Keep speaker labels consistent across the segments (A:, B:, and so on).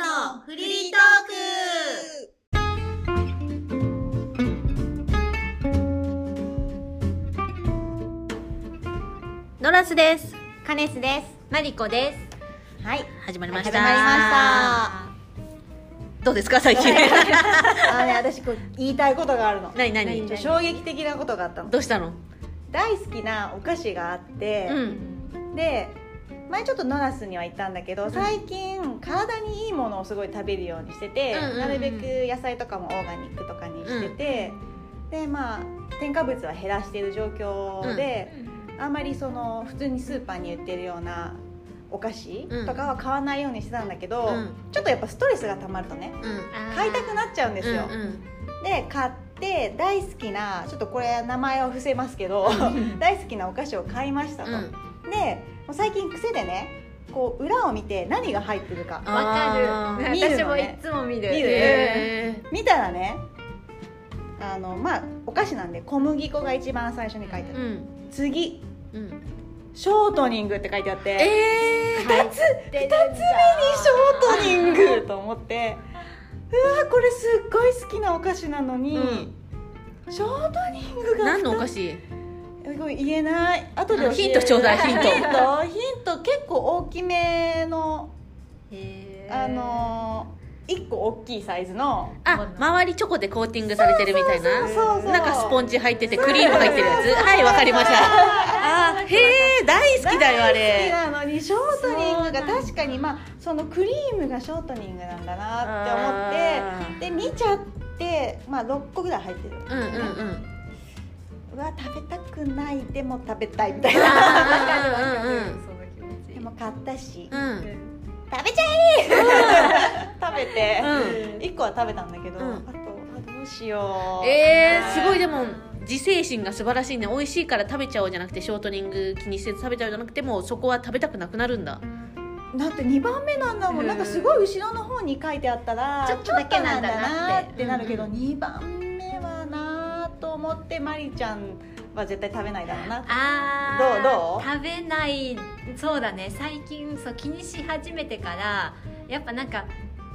A: のフリートーク
B: ノラスです。
A: カネスです
B: マリコです。
A: はい
B: 始まりました。
A: 始まり
B: どうですか最近？
A: ま したあのね私こう言いたいことがあるの
B: 何何
A: ちょっと衝撃的なことがあったの
B: どうしたの？
A: 大好きなお菓子があって、
B: うん。
A: で前ちょっとノラスには行ったんだけど最近体にいいものをすごい食べるようにしてて、
B: うんうんうん
A: なるべく野菜とかもオーガニックとかにしてて、でまあ添加物は減らしている状況で、あんまりその普通にスーパーに売ってるようなお菓子とかは買わないようにしてたんだけど、
B: うん
A: ちょっとやっぱストレスがたまるとね
B: うん。
A: 買いたくなっちゃうんですよ。
B: うんうん
A: で買って大好きなちょっとこれ名前を伏せますけど 大好きなお菓子を買いましたと。
B: うん
A: でもう最近癖でねこう裏を見て何が入ってるか
C: わか
B: あ
C: る
B: ー
A: 見る
C: 私
A: の
C: も
A: ね
C: いつも見る
A: 見る
B: へ
A: 見たらねあのまあお菓子なんで小麦粉が一番最初に書いて
B: ー
A: ある、
B: うん
A: 次
B: うん。
A: ショートニングって書いてあって
B: え
A: 2つ2つ目にショートニングと思ってうわーこれすっごい好きなお菓子なのに、
B: うん
A: ショートニングが
B: 何のお菓子？
A: ごめん言えない後で教える
B: ヒントちょうだいヒント
A: ヒントヒント結構大きめのあのー、1個大きいサイズの
B: あ、周りチョコでコーティングされてるみたいな。
A: そうそう
B: なんかスポ
A: ン
B: ンジ入っててクリーム入ってるやつ。はい、わかりました。あー、へえ、大好きだよあれ。
A: 好きなのにショートニングが確かにまあそのクリームがショートニングなんだなって思ってで見ちゃってまあ6個ぐらい入ってる
B: あーうんうんうん。
A: うわ食べたくないでも食べたいみたい
B: あー
A: な
B: うんうんうん。
C: その気持ち
A: でも買ったし
B: うん
A: 食べちゃえ食べて
B: う
A: 1個は食べたんだけどあ
B: うん
A: とあどうしよう
B: えー、すごいでも自制心が素晴らしいね美味しいから食べちゃおうじゃなくてショートニング気にせず食べちゃおうじゃなくてもうそこは食べたくなくなるんだ
A: だって2番目なんだもん、
C: うん
A: なんかすごい後ろの方に書いてあったら
C: ちょっとだけなんだなって
A: ちょっとだけなんだなってなるけど、
B: うん
A: 2番目はなーと思ってまりちゃんは絶対食べないだろうな
C: あー
A: どうどう
C: 食べないそうだね最近そう気にし始めてからやっぱなんか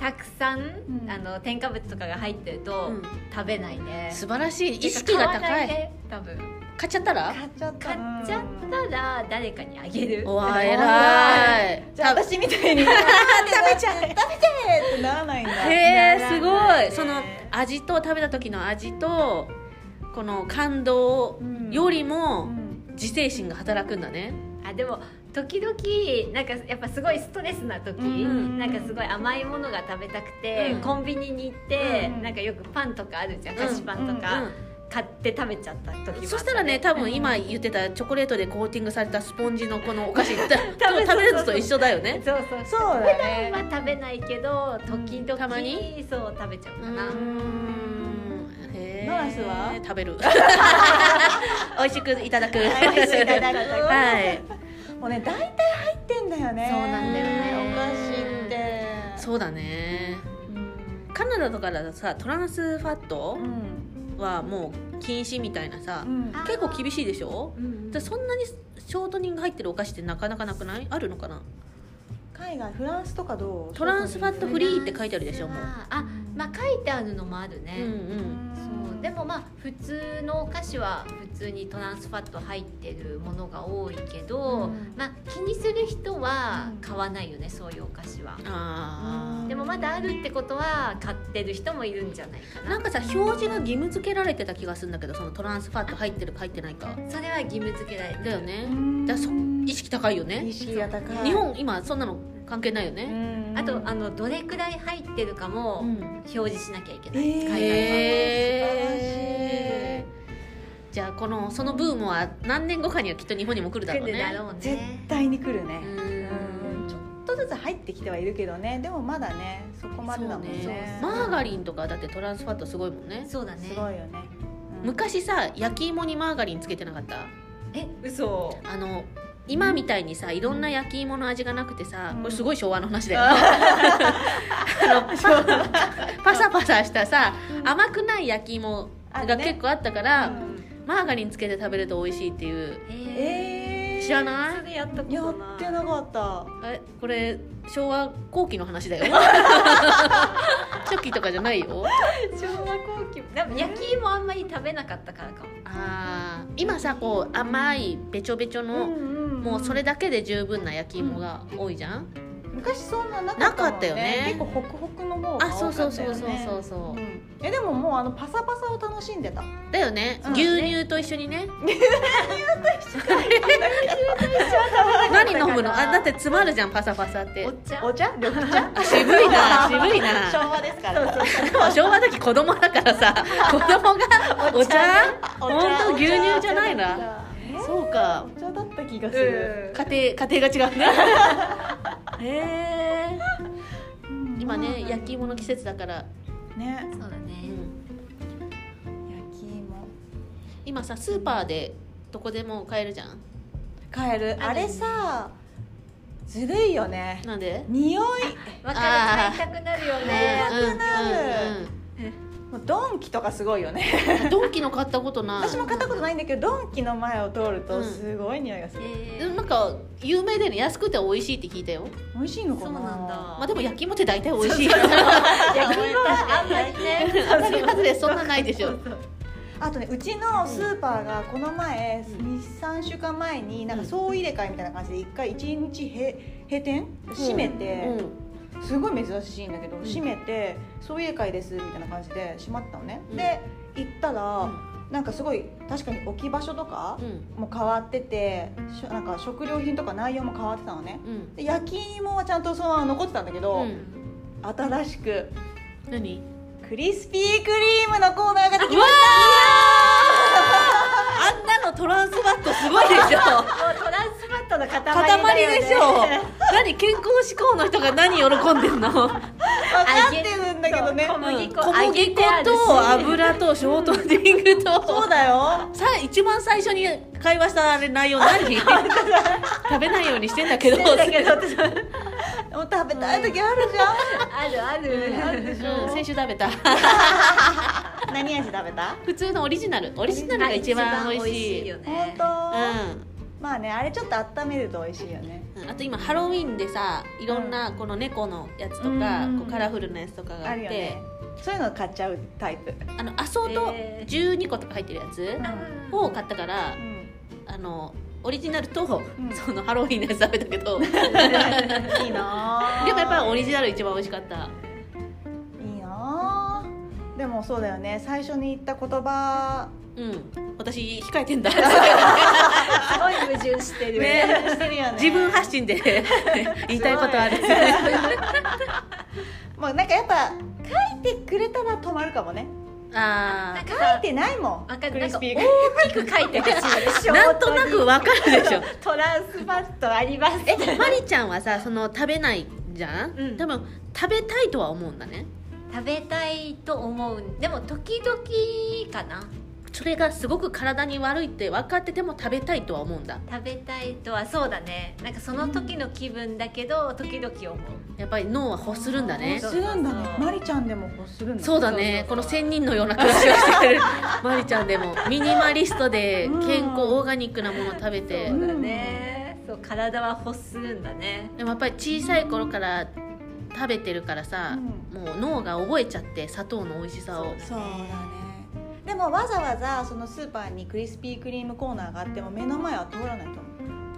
C: たくさん、
A: ん
C: あの添加物とかが入ってると、
B: うん
C: 食べないね
B: 素晴らしい意識が
C: てか買わ
B: 高
C: ないで多分
B: 買っちゃったら
A: 買っちゃった
C: 買っちゃったら誰かにあげる
B: おわ偉い
A: じゃあ私みたいに食べちゃえ食べちゃえってならないんだ
B: へえ
C: ならな
B: すご
C: いね
B: いその味と食べた時の味とこの感動より
A: う
B: も
A: ん
B: 自制心が働くんだね
C: あでも時々なんかやっぱすごいストレスな時、
A: うん
C: なんかすごい甘いものが食べたくて、
B: うん
C: コンビニに行って、
A: うん
C: なんかよくパンとかあるじゃん
B: うん
C: 菓子パンとか、
B: う
C: 買って食べちゃった時もあっ
B: んそしたらね多分今言ってたチョコレートでコーティングされたスポンジのこのお菓子食べるやつと一緒だよね
C: そうそう
A: そうだね
C: 普段は食べないけど時々、
B: たまに
C: そう食べちゃうかな、
B: うんへー
A: ノラスは
B: 食べる 美味しくいただく
A: はい美味しくいただく
B: はい
A: もうね大体入ってんだよね
C: そうなんだよね
A: お菓子って
B: そうだね
A: うん
B: カナダとかだとさトランスファット
A: うん
B: はもう禁止みたいなさ、
A: うん
B: 結構厳しいでしょ
C: うんうん
B: じゃそんなにショートニング入ってるお菓子ってなかなかなくないあるのかな
A: 海外フランスとかどう
B: トランスファットフリーって書いてあるでしょもう
C: あまあ書いてあるのもあるね、
B: うんうん
C: そうでもまあ普通のお菓子は普通にトランスファット入ってるものが多いけど、
A: うん
C: まあ、気にする人は
A: うん
C: 買わないよね、そういうお菓子は。
B: あ
C: でもまだあるってことは買ってる人もいるんじゃないか
B: ー
C: な
B: なんかさ表示が義務付けられてた気がするんだけどそのトランスファット入ってるか入ってないか
C: それは義務付けられて
B: だよ
C: る、
B: ね、
A: うん
B: だからそ意識高いよね
A: 意識が高い
B: 日本今そんなの関係ないよね、
A: うん
C: あとあのどれくらい入ってるかも
B: うん
C: 表示しなきゃいけない、
A: えー
C: 海外は
B: へえじゃあこのそのブームは何年後かにはきっと日本にも来るだろう
C: 来るだ
B: ね
C: ろうね
A: 絶対に来る
B: う
A: ね
B: ー
A: うん
B: ん
A: ちょっとずつ入ってきてはいるけどねでもまだねそこまでだもん
B: そう
A: ね
B: ねマーガリンとかだってトランスファットすごいもんね
C: そうだね
A: すごいよねうん
B: 昔さ焼き芋にマーガリンつけてなかった
C: え嘘
B: あの今みたいにさいろんな焼き芋の味がなくてさ
A: うん
B: これすごい昭和の話だよ、あ のパパサパサしたさ甘くない焼き芋が結構あったから、
A: うん
B: マーガリンつけて食べると美味しいっていう
C: えー
A: え
B: 知らない
C: それやったことない
A: やってな かった
B: えこれ昭和後期の話だよ 初期とかじゃないよ
C: 昭和後期でも焼き芋あんまり食べなかったからかも
B: あー今さこう甘いべちょべちょの、もうそれだけで十分な焼き芋が多いじゃん、
A: 昔そんなな
B: なかったよね
A: 結構ホクホクの方が多かったよ、ね、
B: あそうそうそうそうそう
A: う
B: そ
A: んえでももうあのパサパサを楽しんでた
B: うだよね、
A: うん
B: 牛乳と一緒にね何飲むのあだって詰まるじゃんパサパサって
C: お茶
A: お茶緑茶
B: 渋いな渋い
A: 昭
B: な
A: 和ですからね
B: 昭和の時子供だから さ子供がお茶
A: お
B: ほんと牛乳じゃないな
A: お茶お茶
B: そうか
A: お茶だった気がする、
B: 家庭家庭が違う ねへえ
A: うん
B: 今
A: まあ
B: ね焼き芋の季節だから、
A: ね
C: そうだね、
A: 焼き芋
B: 今さスーパーでどこでも買えるじゃん
A: カエルあれさずるいよね
B: なんで
A: 匂い
C: わかる
B: あ
C: 買
B: ー
C: いたくなるよ
A: ね
C: ね
A: えなく
B: う
A: なる
B: んうん
A: もうドンキとかすごいよね
B: うんドンキの買ったことない
A: 私も買ったことないんだけどドンキの前を通るとすごい匂いがする、
B: で
C: え
B: も
C: ー
B: なんか有名でね安くて美味しいって聞いたよ
A: 美味しいのか
C: そ
A: な
C: うなんだ
B: まあでも焼き芋って大体美味しい
C: 焼き芋はあんまりね
B: 当たり外れそんなないでしょ
A: あとねうちのスーパーがこの
B: う
A: 前、23週間前になんか
B: うん
A: 総入れ替えみたいな感じで一回一日閉閉店閉めて、すごい珍しいんだけど、
B: ん
A: 閉めて総入れ替えですみたいな感じで閉まったのね、
B: うん
A: で行ったら、
B: うん
A: なんかすごい確かに置き場所とか
B: うんうん
A: も変わっててしょなんか食料品とか内容も変わってたのね
B: うん
A: で焼き芋はちゃんとそのまま残ってたんだけど、
B: うん
A: 新しく
B: 何
A: クリスピークリームのコーナーができまし
B: あんなのトランスバットすごいでし ょ
C: もうトランスバットの塊だよ
B: 塊
C: ね
B: でしょ何健康志向の人が何喜んでんの
A: た分かってるんだけどね
C: 小麦粉
B: 小
C: 揚げ
B: 麦粉
C: てあるし
B: と油とショートディング
A: そう
B: と
A: だよ
B: さ一番最初に会話したあれ内 容何食べないようにしてんだけど
C: だけど私あ
A: もう食べたい時あるじゃ
C: るあるあるでし
B: うん、先週食べた
A: ん何味食べた
B: 普通のオリジナルオリジナルが一番美味しい
C: よ
A: 本
C: ね
A: 当、
B: うん
A: まあねあれちょっと温めると美味しいよね
B: うんあと今ハロウィンでさいろんなこの猫のやつとか、
A: うん
B: こうカラフルなやつとかがあ
A: あ
B: って
A: るよねそういうの買っちゃうタイプ、
B: あのアソート
C: え
B: 12個とか入ってるやつ
C: うん
B: を買ったからあのオリジナルと、
A: うん
B: そのハロウィンのやつ食べたけどでも
A: いいな
B: やっぱオリ
A: ジ
B: ジナル一番美味しかった
A: いいなでもそうだよね最初に言った言葉
B: うん私控えてんだ
C: すごい矛盾してる
B: ね
A: してるよね
B: 自分発信で 言いたいことある
A: もうなんかやっぱ書いてくれたら止まるかもね
B: あ
C: なん
B: ー
C: か
A: 書い
C: さ
A: てないもん
C: わかる
A: クリスピー
C: な
A: が
C: ん大きく書いてほしい
B: なんとなくわかるでしょ
C: トランスバットあります
B: えマリちゃんはさその食べないじゃん、
C: うん
B: 多分食べたいとは思うんだね
C: 食べたいと思うでも時々かな
B: それがすごく体に悪いって分かってても食べたいとは思うんだ
C: 食べたいとはそうだねなんかその時の気分だけど時々思う
B: やっぱり脳は欲するんだね
A: 欲するんだねまりちゃんでも欲するんだ
B: そう
A: だ
B: だね
C: そうそうそう
B: この仙人のような暮らしをしてるマリちゃんでもミニマリストで
A: うん
B: 健康オーガニックなものを食べて
C: そうだね、そう体は欲するんだね
B: でもやっぱり小さい頃から食べてるからさ、もう脳が覚えちゃって砂糖の美味しさを
A: そうだねでもわざわざそのスーパーにクリスピークリームコーナーがあっても目の前は通らないと思う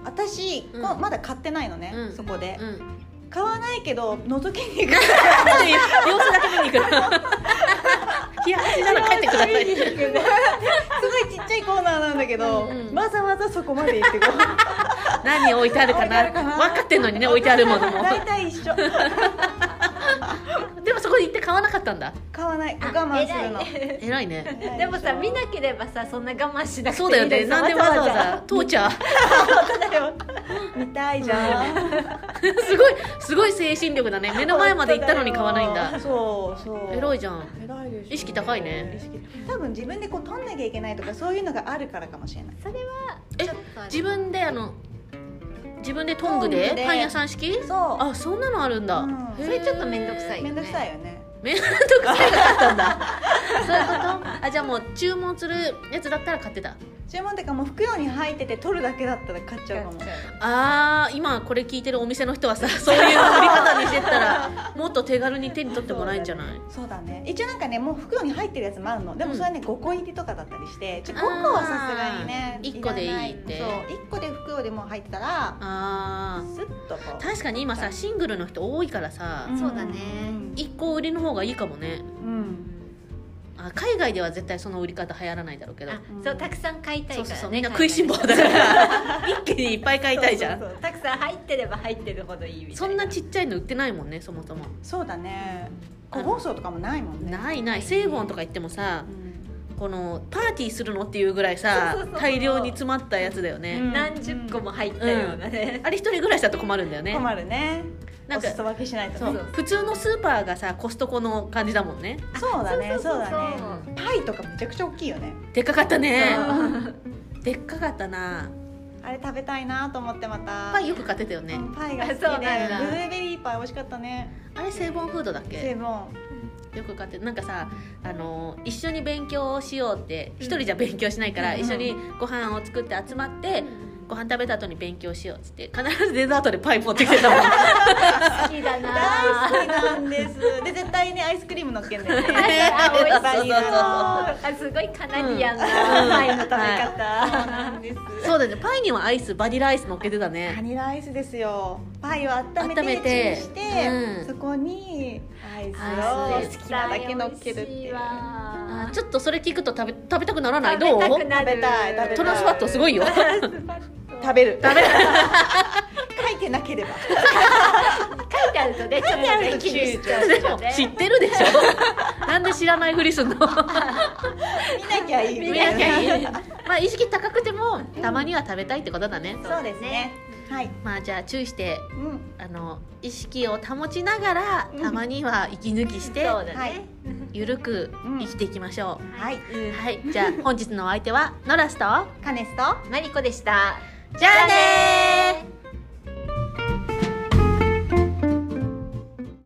A: 私、
B: うん
A: こまだ買ってないのね、
B: うん
A: そこで、
B: うん
A: 買わないけど覗きに行く
B: 様子だけ見に行く冷や汗なら帰ってください
A: すごいちっちゃいコーナーなんだけど、
B: うんうん
A: わざわざそこまで行ってこう
B: 何置いてあるかな
A: 置いてあるかな
B: 分かってんのにね置いてあるもの も
A: 大体一緒
B: でもそこで行って買わなかったんだ
A: 買わない我
C: あ
A: 慢するの
C: 偉い
B: 偉い ね
A: 偉い
C: でもさ見
A: な
C: なければさそんな我慢しなくていい
B: そうだよ ねなんでわざわざ父ちゃん
A: だよ見たいじゃん
B: すごいすごい精神力だね目の 前まで行ったのに買わないんだ
A: そうそう
B: 偉いじゃん
A: 偉いでしょ
B: 意識高いね
A: 意識多分自分でこう取んなきゃいけないとかそういうのがあるからかもしれない
C: それは
B: え
C: ちょっとある
B: 自分であの自分でトング
A: トン
B: で
A: グで
B: パン屋さん式
A: そう
B: あそんなのあるんだ、
A: うん
B: へー
C: それちょっとめんどくさい
A: めんどくさいよね
B: めんど くさいがあったんだそういうことあじゃあもう注文するやつだったら買ってた
A: 注注文っていうかもう袋に入ってて取るだけだったら買っちゃうかも
B: あー今これ聞いてるお店の人はさ そういう売り方にしてったらもっと手軽に手に取ってもらえんじゃない
A: そうだね一応なんかねもう袋に入ってるやつもあるのでもそれはね、5個入りとかだったりしてちょ5個はさすがにね
B: あー一個でいい
A: らな
B: って
A: そう1個で袋でもう入ったら
B: あ
A: スッとこ
B: ー
A: う
B: 確かに今さシングルの人多いからさ
A: ん
C: そうだね
B: 1個売りの方がいいかもね
A: うん
B: あ海外では絶対その売り方流行らないだろうけど
C: あそうたくさん買いたい
B: そ
C: からね
B: うそうそうみんな食いしん坊だから一気にいっぱい買いたいじゃん
A: そうそうそう
C: たくさん入ってれば入ってるほどいいみたいな
B: そんなちっちゃいの売ってないもんねそもそも
A: そうだね個包装とかもないもんね
B: ないないセーゴンとか行ってもさ
A: うん
B: このパーティーするのっていうぐらいさ
C: そうそうそう
B: 大量に詰まったやつだよね、
C: 何十個も入ったようなね、
B: あれ一人ぐらいだと困るんだよね
A: 困るね
B: なん
A: お
B: か
A: 裾分けしないと
B: そう
A: ね
B: 普通のスーパーがさコストコの感じだもんね
A: そうだねそうだね
C: そうそう
A: パイとかめちゃくちゃ大きいよね
B: でっかかったね
A: うん
B: でっかかったな
A: あれ食べたいなと思ってまた
B: パイよく買ってたよね、
A: うんパイが好きで
C: あそうなんだ
A: ブルーベリーパイ美味しかったね
B: あれセーボンフードだっけ
A: セーボン
B: よく買ってなんかさあの一緒に勉強をしようって一人じゃ勉強しないから、
A: うん
B: 一緒にご飯を作って集まって、ご飯食べた後に勉強しようっつって必ずデザートでパイ持ってきてたもん
C: 好きだ
A: 大
C: な
A: 好きなんですで絶対ねアイスクリームのっけんだよね
C: あ美味し
A: バニラの
C: あすごいカナディアンなパイの食べ
B: はい
A: そう
C: 方
A: なんです
B: そうだねパイにはアイスバニラアイス乗っけてた
A: バ
B: ね
A: ニラアイスですよパイを温めて
B: 温めて
A: チンして、
B: うん
A: そこにアイ
B: アイ
A: スを
B: ス
A: 好きなだけ乗っけるっていう
B: あー
C: ち
B: ちょっとそれ聞くと食べ食べたくならないど
C: 食
B: う
C: べたくなる
A: 食べたい食べたい
B: トランスファットすごいよ
A: 食べる食べる 書いてなければ
C: 書いてあるとねちょっとね気にしちゃう
B: で
C: よ
B: も
C: ね
B: 知ってるでしょなんで知らないふりすんの
A: 見なきゃいい
B: 見
A: み
B: な
A: た
B: き ゃいいまあ意識高くてもたまには食べたいってことだね
A: そうですねはい、
B: まあじゃあ注意して
A: うん、
B: あの意識を保ちながら
A: うん
B: たまには息抜きして
C: そうだね、
A: はい
B: ゆるく生きていきましょ
A: はい、
B: う、はいじゃあ本日のお相手はノラスと
A: カネスと
C: マリコでした
B: じゃあねー